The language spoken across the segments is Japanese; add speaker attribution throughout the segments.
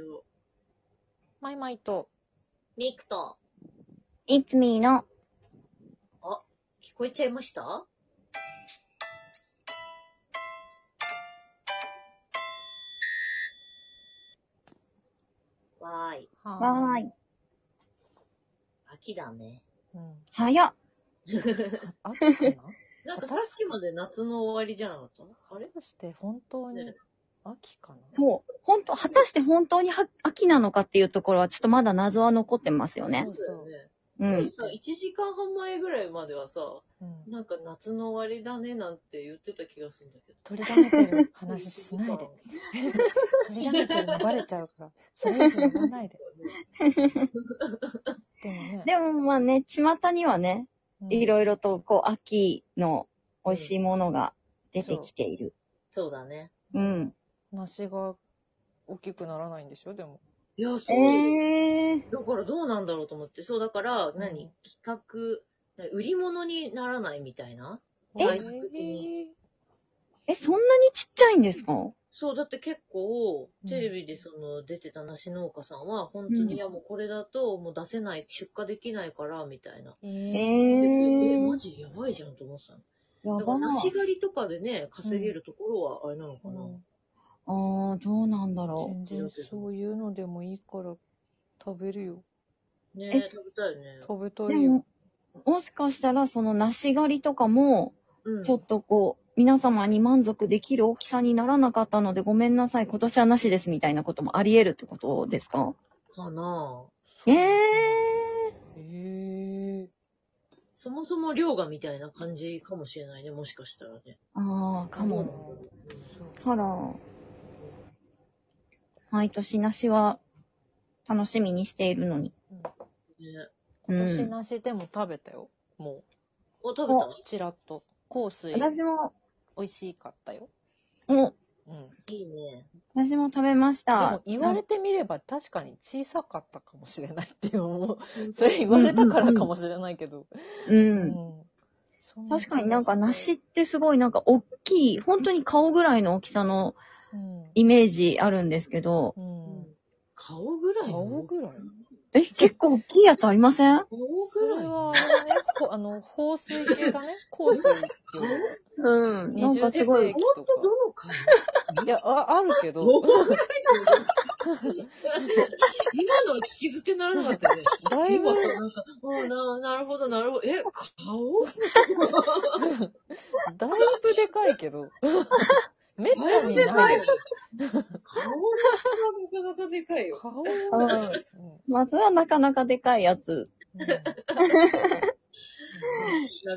Speaker 1: よ。
Speaker 2: マイマイと、
Speaker 1: ミクト、
Speaker 3: It's me の、
Speaker 1: 聞こえちゃいましたわーい、
Speaker 2: は
Speaker 3: わーい。
Speaker 1: 秋だね。
Speaker 2: ーい。うん。
Speaker 3: 早っ。
Speaker 2: あったかな
Speaker 1: なんかさっきまで夏の終わりじゃなかったあれ
Speaker 2: そして本当に
Speaker 1: ね
Speaker 2: 秋かな
Speaker 3: そう。本当、果たして本当には秋なのかっていうところは、ちょっとまだ謎は残ってますよね
Speaker 2: そ。うそう
Speaker 1: だよね。
Speaker 3: う
Speaker 1: つい
Speaker 3: ん。
Speaker 1: さ、1時間半前ぐらいまではさ、
Speaker 2: うん。
Speaker 1: なんか夏の終わりだねなんて言ってた気がするんだけど。
Speaker 2: 取りだめてる話しない で。取りだめてるのバレちゃうから、それ以上言わないで。でもね、
Speaker 3: でもまあね、巷には
Speaker 2: う
Speaker 3: ね、
Speaker 2: ん
Speaker 3: いろいろと、こう、秋の美味しいものが出てきている。
Speaker 1: そうだね。
Speaker 3: うん。
Speaker 2: 梨が大きくならないんでしょでも。
Speaker 1: いや、そうよ。
Speaker 3: ええ
Speaker 1: だからどうなんだろうと思って、そうだから
Speaker 2: うん
Speaker 1: 何、企画、売り物にならないみたいな
Speaker 2: え
Speaker 1: 財布的に
Speaker 3: え、そんなにちっちゃいんですか
Speaker 1: そう、だって結構
Speaker 2: う、ん
Speaker 1: テレビでその出てた梨農家さんは、本当に、
Speaker 3: うん
Speaker 1: いやもうこれだともう出せない、出荷できないから、みたいな。
Speaker 2: え
Speaker 3: え
Speaker 2: ー
Speaker 1: え
Speaker 3: え
Speaker 1: マジやばいじゃんと思ってたの。
Speaker 3: や
Speaker 1: だから
Speaker 3: ば
Speaker 1: 梨
Speaker 3: い。
Speaker 1: 狩りとかでね、稼げるところはあれなのかな。
Speaker 3: ああ、どうなんだろ
Speaker 2: 全然そういうのでもいいから食べるよ。
Speaker 1: ね食べたいね。
Speaker 2: 食べた
Speaker 3: う。で
Speaker 2: いよ
Speaker 3: も。、もしかしたら、その梨狩りとかも、
Speaker 1: うん。
Speaker 3: ちょっとこう、皆様に満足できる大きさにならなかったので、ごめんなさい、今年はなしですみたいなこともあり得るってことですか
Speaker 1: かな
Speaker 3: ええ
Speaker 2: えー。
Speaker 1: そもそも量がみたいな感じかもしれないね、もしかしたらね。
Speaker 3: ー。ああ、か
Speaker 2: う
Speaker 3: も。
Speaker 2: んそう
Speaker 3: あら。毎年なしは楽しみにしているのに。
Speaker 1: ね。
Speaker 3: う
Speaker 2: 今年
Speaker 3: ん。
Speaker 2: なしでも食べたよ。も
Speaker 1: お、食べた
Speaker 2: う、ちらっと。香水、美
Speaker 3: 私も、
Speaker 2: 味しかったよ。
Speaker 3: お、
Speaker 2: うん。で
Speaker 1: いいね。
Speaker 3: 私も食べました。
Speaker 2: も言われてみれば確かに小さかったかもしれないっていうのも、それ言われたからかもしれないけど。う
Speaker 3: う。
Speaker 2: んんそん
Speaker 3: 確かになんか梨ってすごいなんか大きい、本当に顔ぐらいの大きさの
Speaker 2: うん。
Speaker 3: イメージあるんですけど、
Speaker 2: うん。
Speaker 1: 顔ぐらいの
Speaker 2: 顔ぐらい
Speaker 3: え、結構大きいやつありません
Speaker 1: 顔
Speaker 2: そ
Speaker 1: ぐら
Speaker 2: れ
Speaker 1: い
Speaker 2: はあれね、こ あの、放水系だね。香水っていうの
Speaker 3: うん。なんかすご
Speaker 2: 20世
Speaker 3: い
Speaker 2: 紀。
Speaker 1: 本当どの顔
Speaker 2: がいや、ああるけど、
Speaker 1: どこぐらいの今のは聞き捨てならなかったね。
Speaker 2: だいぶ
Speaker 1: 今、さ、なんか、うんな、なるほど、なるほど。え、顔
Speaker 2: だいぶでかいけど、めったに
Speaker 1: でか
Speaker 2: ないい。
Speaker 1: よ。顔がなかなかでかいよ。
Speaker 2: 顔
Speaker 3: う
Speaker 2: が、
Speaker 3: ん。
Speaker 2: うん
Speaker 3: まずはなかなかでかいやつ。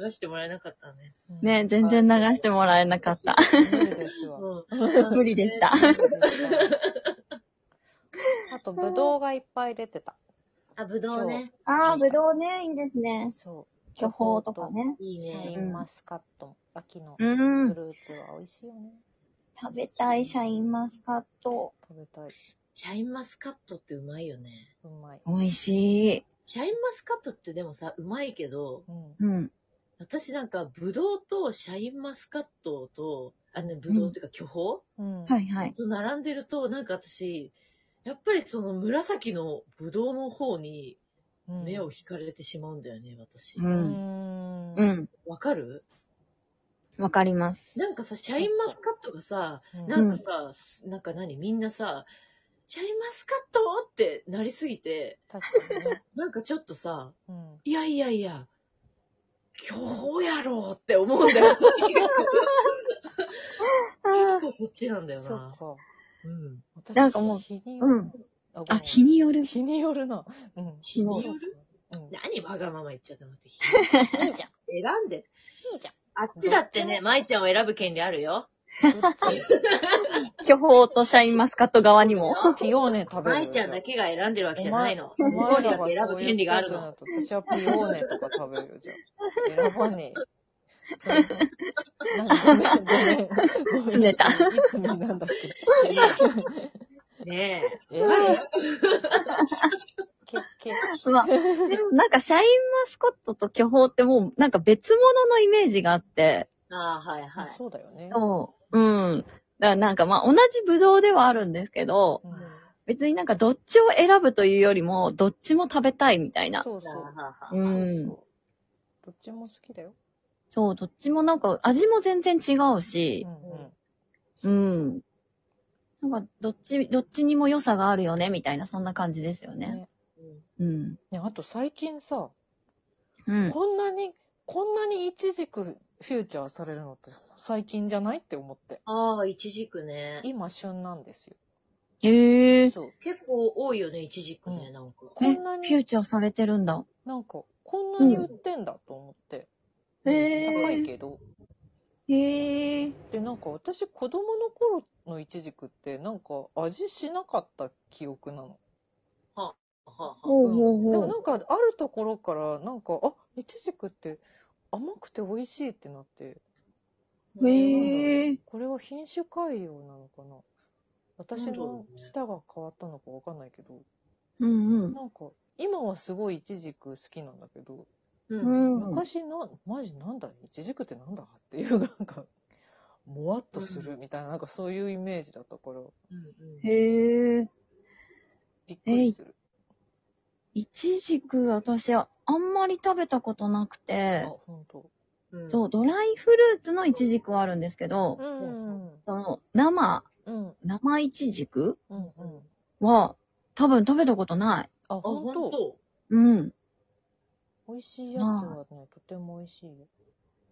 Speaker 1: 流してもらえなかったね。
Speaker 3: ね、全然流してもらえなかった。
Speaker 2: 無理ですわ。
Speaker 1: うん
Speaker 3: 無理でした。
Speaker 2: 無理ですわあと、ぶどうがいっぱい出てた。
Speaker 1: あ、ぶどうね。
Speaker 3: ああ、ぶどうね、いいですね。
Speaker 2: そ。
Speaker 3: 巨峰とかね。
Speaker 1: いいう
Speaker 2: シャイ
Speaker 1: ね。
Speaker 2: ンマスカットも、秋のフル
Speaker 3: う
Speaker 2: ー
Speaker 3: ん。
Speaker 2: ツは美味しいよね。
Speaker 3: 食べたいシャインマスカット。
Speaker 2: 食べたい。
Speaker 1: シャインマスカットってうまいよね。
Speaker 2: うまい。
Speaker 3: 美味しい。
Speaker 1: シャインマスカットってでもさ、うまいけど、
Speaker 2: うん。
Speaker 3: うん。
Speaker 1: 私なんか、ぶどうとシャインマスカットと、あの、ぶどうっていうか巨峰、
Speaker 2: うん。
Speaker 3: はいはい。
Speaker 1: と並んでると、なんか私、やっぱりその紫のぶどうの方に
Speaker 2: うん
Speaker 1: 目を惹かれてしまうんだよね、私
Speaker 3: う。。
Speaker 2: うんん。
Speaker 3: う。
Speaker 2: うん
Speaker 1: わかる
Speaker 3: わかります。
Speaker 1: なんかさ、シャインマスカットがさ、
Speaker 2: ん
Speaker 1: なんかさ、すなんか何みんなさ、シャインマスカットってなりすぎて、
Speaker 2: 確かにね。
Speaker 1: なんかちょっとさ、
Speaker 2: うん。
Speaker 1: いやいやいや、巨峰やろうって思うん だよ、私結
Speaker 3: あ
Speaker 1: 構そっちなんだよ
Speaker 2: そ
Speaker 1: な
Speaker 2: っ。か。
Speaker 1: うん。
Speaker 2: 私
Speaker 3: なんかもう
Speaker 2: 日に
Speaker 3: う
Speaker 2: よる
Speaker 3: ん。あ、日による。
Speaker 2: 日によるな。うん。
Speaker 1: 日に
Speaker 2: そ
Speaker 1: よ
Speaker 2: う
Speaker 1: る
Speaker 2: かうん。
Speaker 1: 何わがまま言っちゃって待って。
Speaker 2: いいじゃん。
Speaker 1: 選んで。
Speaker 2: いいじゃん。
Speaker 1: あっちだってね、まいちゃんを選ぶ権利あるよ。
Speaker 2: どっち
Speaker 3: 巨峰とシャインマスカット側にも。
Speaker 2: ピオーネ食べる
Speaker 1: ま
Speaker 2: よ。
Speaker 1: いちゃんだけが選んでるわけじゃないの。
Speaker 2: お
Speaker 1: 向こ
Speaker 2: 前
Speaker 1: うに
Speaker 2: ら
Speaker 1: だ
Speaker 2: が
Speaker 1: って選ぶ権利があるの。
Speaker 2: の。私はピオーネとか食べるよ、じゃあ。選ばねえよ。なんかごめん、ごめん。
Speaker 3: すねた
Speaker 2: いつになんだっ
Speaker 1: ねえ。
Speaker 2: け。えけ、け、
Speaker 3: まあ、でもなんかシャインマスカットと巨峰ってもうなんか別物のイメージがあって。
Speaker 1: ああ、はいはい。
Speaker 2: そうだよね。
Speaker 3: そう。うん。だからなんかまあ同じブドウではあるんですけど、
Speaker 2: うん。
Speaker 3: 別になんかどっちを選ぶというよりも、どっちも食べたいみたいな。
Speaker 2: そうそ
Speaker 1: は
Speaker 2: う。
Speaker 1: あはあはあ
Speaker 3: う。
Speaker 2: そうんそうどっちも好きだよ。
Speaker 3: そう、どっちもなんか味も全然違うし
Speaker 2: う、ん
Speaker 3: うん。なんかどっち、どっちにも良さがあるよね、みたいな、そんな感じですよ
Speaker 2: うん。
Speaker 3: ね。
Speaker 2: ね
Speaker 1: うん
Speaker 3: うん。
Speaker 2: ねあと最近さ、
Speaker 3: うん。
Speaker 2: こんなに、こんなに一軸フューチャーされるのって最近じゃないって思って。
Speaker 1: ああ、いちじくね。
Speaker 2: 今旬なんですよ。
Speaker 3: へえ。
Speaker 2: そう。
Speaker 1: 結構多いよね、いちじくね、
Speaker 2: う
Speaker 1: なんか。
Speaker 2: こんな
Speaker 3: えフュ
Speaker 2: に、
Speaker 3: ーチャーされてるんだ。
Speaker 2: なんか、こんなに売ってんだと思って。
Speaker 3: へ
Speaker 2: 高い
Speaker 3: え。
Speaker 2: けど。
Speaker 3: へえ。
Speaker 2: で、なんか私子供の頃のイチジクってなんか味しなかった記憶なの。
Speaker 1: はあはあ
Speaker 3: ほうほ
Speaker 2: で
Speaker 3: うほ
Speaker 2: も
Speaker 3: う
Speaker 2: な。んかあるところからなんか、あ、イチジクって甘くて美味しいってなって、
Speaker 3: へえ。
Speaker 2: これは品種改良なのかな私
Speaker 1: なんだ
Speaker 2: の
Speaker 1: ろうね
Speaker 2: 舌が変わったのかわかんないけど、
Speaker 3: うんうん。
Speaker 2: なんか今はすごいイチジク好きなんだけど、
Speaker 1: う。
Speaker 3: うんん。
Speaker 2: 昔な、マジなんだイチジクってなんだっていう なんか、もわっとするみたいな、なんかそういうイメージだったから、
Speaker 1: うんうん
Speaker 3: へえ。
Speaker 2: びっくりする。
Speaker 3: いちじく、私、あんまり食べたことなくて
Speaker 2: あ、、本当。
Speaker 1: うん
Speaker 3: そう、ドライフルーツのいちじくはあるんですけど、
Speaker 2: うん。
Speaker 3: その、生、
Speaker 2: うん。
Speaker 3: 生いちじく
Speaker 2: うん。
Speaker 3: は、多分食べたことない。
Speaker 2: あ、
Speaker 1: あ、本
Speaker 2: 本当。
Speaker 1: 当
Speaker 3: うん。
Speaker 2: 美味しいやつはね、とても美味しいよ。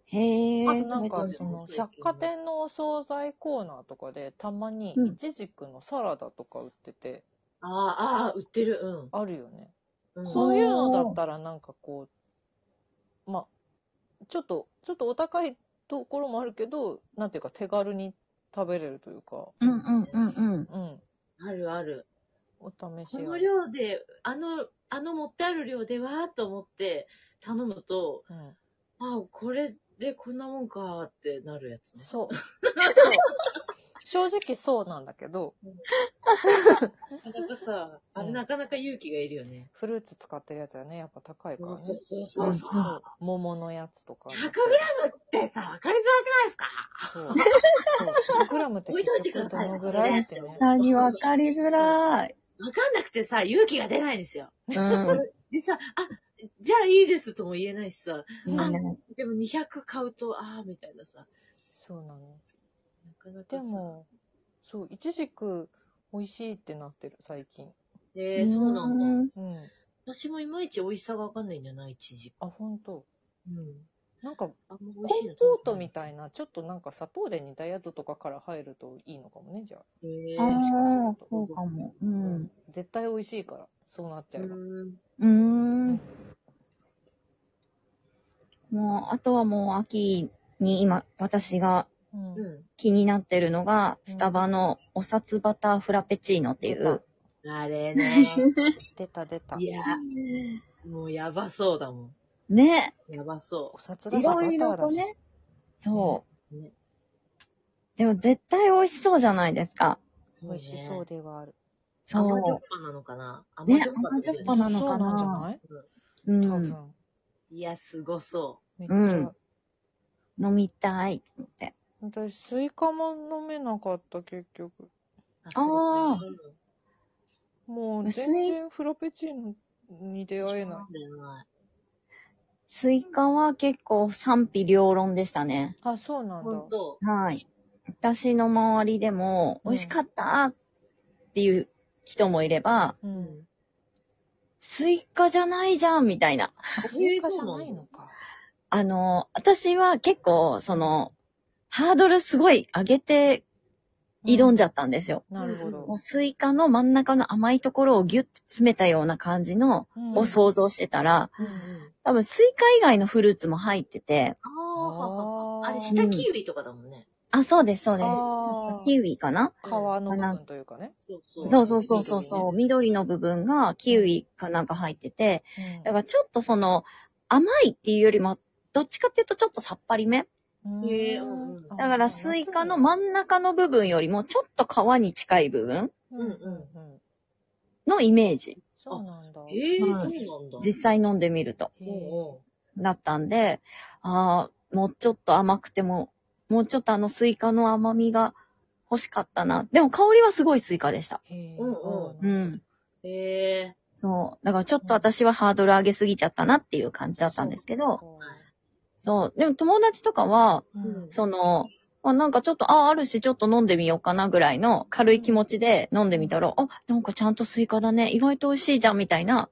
Speaker 3: へ
Speaker 2: あ
Speaker 3: え。
Speaker 2: となん
Speaker 3: 食
Speaker 2: か、
Speaker 3: べた
Speaker 2: そ
Speaker 3: ことない
Speaker 2: の、百貨店のお惣菜コーナーとかで、たまに、
Speaker 3: うん
Speaker 2: いちじくのサラダとか売ってて、
Speaker 1: ああ、ああ、売ってる。うん
Speaker 2: あるよね。
Speaker 1: うん。
Speaker 2: そういうのだったら、なんかこう、まあ、ちょっと、ちょっとお高いところもあるけど、なんていうか、手軽に食べれるというか、
Speaker 3: うんうんうんうん。
Speaker 2: うん。
Speaker 1: あるある。
Speaker 2: お試し
Speaker 1: こ
Speaker 2: や。
Speaker 1: の量で、あの、あの持ってある量ではと思って頼むと、
Speaker 2: うん。
Speaker 1: ああ、これでこんなもんかってなるやつね。
Speaker 2: そう。そう正直そうなんだけど、
Speaker 1: なかなかさ、あれなかなか勇気がいるよね。
Speaker 2: フルーツ使ってるやつはね、やっぱ高いか
Speaker 1: そ
Speaker 2: ら
Speaker 1: う
Speaker 2: ね。
Speaker 1: そうそう
Speaker 2: そ
Speaker 1: そうう。
Speaker 2: そう桃のやつとか。
Speaker 1: 100グラムってさ、わかりづらくないです
Speaker 2: そ
Speaker 1: か
Speaker 2: う。そう。100グラムって結局どのぐらいってね。
Speaker 3: 何わかりづらい。
Speaker 1: わかんなくてさ、勇気が出ないんですよ。
Speaker 3: うん。
Speaker 1: でさ、あ、じゃあいいですとも言えないしさ、
Speaker 3: いいね。
Speaker 1: でも200買うと、ああ、みたいなさ、
Speaker 2: そうなの。
Speaker 1: なかなか
Speaker 2: で
Speaker 1: さ。
Speaker 2: も、そう、いちじく美味しいってなってる、最近。
Speaker 1: えー、そうなんだ。
Speaker 3: ん
Speaker 2: うん。
Speaker 1: 私もいまいち美味しさがわかんないんだよな、いちじく。
Speaker 2: あ、ほんと。
Speaker 1: うん。
Speaker 2: なんか、
Speaker 1: あんま美
Speaker 2: コン
Speaker 1: 味しいの
Speaker 2: ポートみ
Speaker 1: た
Speaker 2: たいな、ちょっとなんか砂糖で煮たやつとかから入るといいのかもね、じゃ
Speaker 1: いへ
Speaker 3: ああ
Speaker 1: ー
Speaker 2: ー
Speaker 3: ー、そうかも。う
Speaker 2: あ。
Speaker 3: ん。。
Speaker 2: 絶対美味しいから、そうなっちゃ
Speaker 1: う
Speaker 2: えば。
Speaker 1: ん。
Speaker 3: うーん。もう、あとはもう秋に今、私が
Speaker 2: うん
Speaker 1: う
Speaker 3: 気になってるのが、
Speaker 2: うん
Speaker 3: スタバのお札バターフラペチーノっていう。
Speaker 1: ん。あれね。
Speaker 2: 出た出た
Speaker 1: い。や、もうやばそうだも
Speaker 3: ね。
Speaker 1: ん。やばそ
Speaker 2: お札だ
Speaker 3: い
Speaker 2: し、バタ
Speaker 3: ろいろ
Speaker 2: ー
Speaker 3: と
Speaker 2: だし。
Speaker 3: ね。そう、
Speaker 1: ね
Speaker 3: でも絶対美味しそうじゃないですか。
Speaker 1: う。
Speaker 2: 美味しそう
Speaker 1: ね。
Speaker 2: ではある。
Speaker 3: そ
Speaker 1: 甘じょっ
Speaker 3: う。
Speaker 1: ぱなのかな甘
Speaker 3: ね
Speaker 1: じょっぱ
Speaker 3: 甘じょっぱ
Speaker 1: な。
Speaker 3: なのかな
Speaker 2: そうなんじゃないう多
Speaker 3: ん。
Speaker 2: 分。
Speaker 1: いや、すごそ
Speaker 2: めっ
Speaker 3: う
Speaker 2: ちゃ
Speaker 3: ん。飲みたい。
Speaker 2: 私、スイカも飲めなかった、結局。
Speaker 1: う。
Speaker 3: あー
Speaker 1: そうか
Speaker 2: もう、全然フラペチーノに出会えない。
Speaker 3: スイカは結構賛否両論でしたね。
Speaker 2: あ、そうなんだ。
Speaker 1: 本当。
Speaker 3: はい。私の周りでも、
Speaker 2: うん
Speaker 3: 美味しかったっていう人もいれば、
Speaker 2: う。
Speaker 1: うんん。
Speaker 3: スイカじゃないじゃんみたいな。
Speaker 2: スイカじゃないのか。
Speaker 3: あの、私は結構、その、ハードルすごい上げて挑んじゃったんですよ。
Speaker 2: なるほ
Speaker 3: も
Speaker 2: ど
Speaker 3: う。スイカの真ん中の甘いところをギュッと詰めたような感じの
Speaker 2: うん
Speaker 3: を想像してたら、
Speaker 1: うんうん。
Speaker 3: 多分スイカ以外のフルーツも入ってて、
Speaker 1: ああ、ははは。あ
Speaker 2: あー
Speaker 1: れ、下キウイとかだもんね。
Speaker 3: あ、そうです、そうです。
Speaker 2: あ
Speaker 3: キ
Speaker 2: ー
Speaker 3: ウイかな
Speaker 2: 皮の部分というかね。
Speaker 1: そうそう。
Speaker 3: そうそうそうそうそう、緑の部分がキウイかなんか入ってて、だからちょっとその甘いっていうよりも、どっちかっていうとちょっとさっぱりめ。
Speaker 2: うん
Speaker 1: へーうんうん
Speaker 2: あ
Speaker 3: だからスイカの真ん中の部分よりもちょっと皮に近い部分
Speaker 2: うんうんうん。
Speaker 3: のイメージ。
Speaker 2: そうなんだ。
Speaker 1: ええー、
Speaker 3: はい
Speaker 1: そうなんだ。
Speaker 3: 実際飲んでみると。
Speaker 2: へー
Speaker 1: おう
Speaker 3: だったんで、ああ、もうちょっと甘くても、もうちょっとあのスイカの甘みが欲しかったな。でも香りはすごいスイカでした。
Speaker 2: へえ。
Speaker 1: うんうん
Speaker 2: 合
Speaker 3: う
Speaker 2: な。
Speaker 3: ん。
Speaker 1: ええ
Speaker 3: そう。だからちょっと私はハードル上げすぎちゃったなっていう感じだったんですけど、そう。でも友達とかは、
Speaker 2: うん
Speaker 1: うん
Speaker 3: その、あなんかちょっと、ああ、るし、ちょっと飲んでみようかなぐらいの軽い気持ちで飲んでみたら、あ、なんかちゃんとスイカだね。意外と美味しいじゃん、みたいな。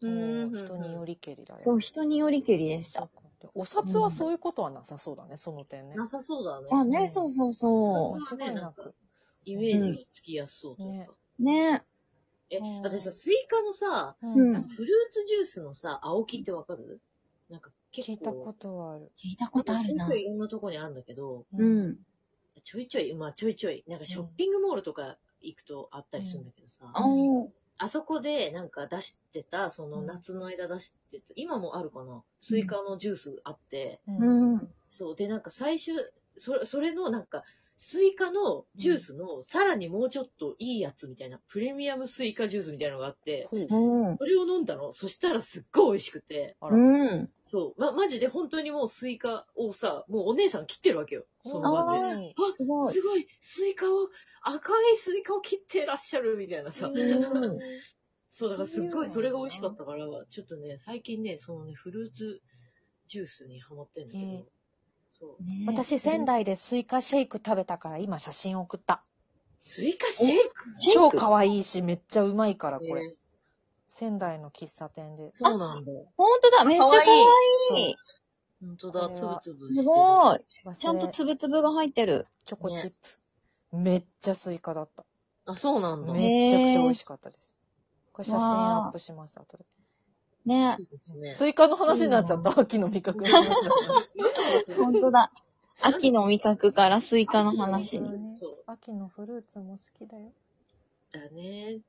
Speaker 1: うん
Speaker 2: 人によりけりだよ。
Speaker 3: そう、人によりけりでし
Speaker 2: そ
Speaker 3: た
Speaker 2: う。かでお札はそういうことはなさそうだね、その点ね。
Speaker 1: なさそうだね。
Speaker 3: あ、ね、そうそうそ
Speaker 1: そうだ
Speaker 2: 間違
Speaker 1: ね
Speaker 2: い
Speaker 1: な
Speaker 2: なんく。
Speaker 1: イメージがつきやすそうというか。
Speaker 3: う。ね。
Speaker 1: え
Speaker 2: うん、
Speaker 1: 私さ、スイカのさ、
Speaker 2: う
Speaker 3: うん
Speaker 1: なんかフルーツジュースのさ、青木ってわかるなんか結構
Speaker 2: 聞いたことはある。
Speaker 3: 聞いたことあるな
Speaker 1: ちょいちょ。いいろんなとこにあるんだけど、
Speaker 3: う。ん。
Speaker 1: ちょいちょい、まあちょいちょい、なんかショッピングモールとか行くとあったりするんだけどさ、
Speaker 3: あお
Speaker 1: あそこでなんか出してた、その
Speaker 2: うん
Speaker 1: 夏の間出してた、今もあるかな、スイカのジュースあって、
Speaker 2: う。
Speaker 3: うんん。
Speaker 1: そう、でなんか最終、それそれのなんか、スイカのジュースの、さらにもうちょっといいやつみたいな、プレミアムスイカジュースみたいなのがあって、
Speaker 2: ほう
Speaker 3: うん。
Speaker 1: それを飲んだの。そしたらすっごい美味しくて。
Speaker 2: あ
Speaker 3: う
Speaker 2: ら。
Speaker 3: ん。
Speaker 1: そう。ま、マジで本当にもうスイカをさ、もうお姉さん切ってるわけよ。その場で。
Speaker 3: あ
Speaker 2: うん
Speaker 3: すご
Speaker 1: あ、
Speaker 3: い。
Speaker 1: すごい、スイカを、赤いスイカを切ってらっしゃるみたいなさ。
Speaker 3: うん
Speaker 1: そう、だからすっごい
Speaker 2: そ
Speaker 1: そう
Speaker 2: いう
Speaker 1: れ
Speaker 2: の
Speaker 1: が美味しかったから、ちょっとね、最近ね、そのね、フルーツジュースにハマってんだけ
Speaker 2: へえ
Speaker 1: ど。そう。
Speaker 3: ね
Speaker 2: 私、仙台でスイカシェイク食べたから、今写真送った。
Speaker 1: スイカシェイク
Speaker 3: シェイ
Speaker 2: 超
Speaker 3: ク
Speaker 2: 可愛いし、めっちゃうまいから、これ。
Speaker 1: ね
Speaker 2: 仙台の喫茶店で。
Speaker 1: そうなんだ。
Speaker 3: ほんとだ、めっちゃ可愛い。
Speaker 1: 本当
Speaker 2: こ
Speaker 1: だ、
Speaker 2: れ
Speaker 1: つぶ
Speaker 2: は
Speaker 1: つぶ。
Speaker 3: すご
Speaker 2: 忘
Speaker 3: い。
Speaker 2: れ
Speaker 3: ちゃんとつぶつぶが入ってる。
Speaker 2: チョコチップ。めっちゃスイカだった。
Speaker 1: あ、そうなんだ。
Speaker 2: めちゃくちゃ美味しかったです。これ写真
Speaker 3: わあ
Speaker 2: アップします、後で。
Speaker 3: ね
Speaker 1: い。いですね。
Speaker 2: スイカの話になっちゃった、秋の味 覚の話。
Speaker 3: ほんとだ。秋の味覚からスイカの話に。
Speaker 1: そう
Speaker 2: 秋のフルーツも好きだよ。
Speaker 1: だね。